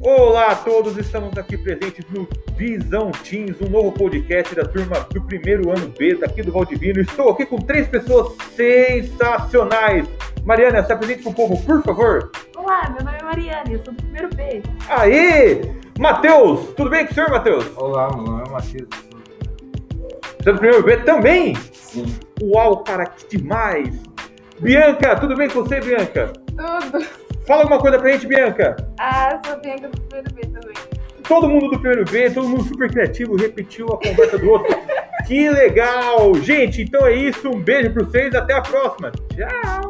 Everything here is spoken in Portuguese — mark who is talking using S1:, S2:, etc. S1: Olá a todos, estamos aqui presentes no Visão Teams, um novo podcast da turma do primeiro ano B daqui do Valdivino. Estou aqui com três pessoas sensacionais. Mariana, se apresente pro povo, por favor.
S2: Olá, meu nome é Mariana, eu sou do primeiro B.
S1: Aê! Matheus, tudo bem com o senhor, Matheus?
S3: Olá, meu nome é Matheus.
S1: Você é do primeiro B também?
S3: Sim.
S1: Uau, cara, que demais! Bianca, tudo bem com você, Bianca?
S2: Tudo.
S1: Fala alguma coisa pra gente, Bianca.
S2: Ah, sou Bianca do primeiro B também.
S1: Todo mundo do primeiro B, todo mundo super criativo, repetiu a conversa do outro. que legal! Gente, então é isso. Um beijo pra vocês, até a próxima. Tchau!